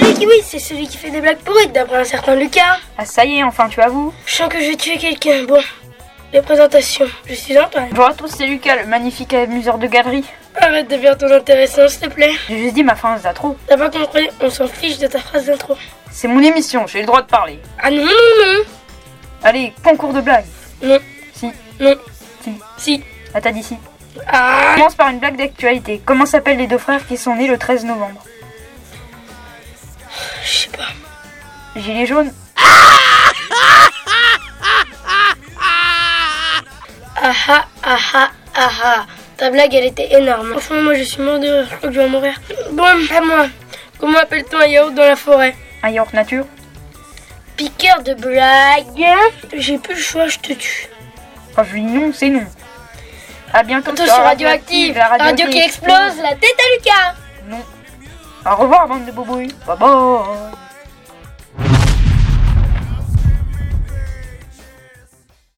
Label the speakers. Speaker 1: Le kiwi, c'est celui qui fait des blagues pourrites, d'après un certain Lucas.
Speaker 2: Ah ça y est, enfin tu avoues.
Speaker 1: Je sens que je vais tuer quelqu'un. Bon, les présentations. Je suis Antoine.
Speaker 2: Bonjour à tous, c'est Lucas, le magnifique amuseur de galerie.
Speaker 1: Arrête de faire ton intéressant, s'il te plaît.
Speaker 2: J'ai juste dit ma phrase d'intro.
Speaker 1: T'as pas compris On s'en fiche de ta phrase d'intro.
Speaker 2: C'est mon émission, j'ai le droit de parler.
Speaker 1: Ah non, non, non
Speaker 2: Allez, concours de blagues.
Speaker 1: Non,
Speaker 2: Si,
Speaker 1: non,
Speaker 2: si,
Speaker 1: si.
Speaker 2: ah t'as dit si.
Speaker 1: Ah
Speaker 2: Commence par une blague d'actualité. Comment s'appellent les deux frères qui sont nés le 13 novembre
Speaker 1: Je sais pas.
Speaker 2: Gilet jaune
Speaker 1: Ah ah ah ah ah ah. Ta blague, elle était énorme. Enfin, moi, je suis mort de rire. Je crois que je vais mourir. Bon, à moi. Comment appelle-t-on un yaourt dans la forêt
Speaker 2: Un yaourt nature
Speaker 1: Piqueur de blague. J'ai plus le choix, je te tue.
Speaker 2: Enfin, Oh, je dis non, c'est non. À bientôt
Speaker 1: Attention, radioactive. La radio, qui explose, la tête à Lucas.
Speaker 2: Non. Au revoir, bande de bobouilles. Bye bye.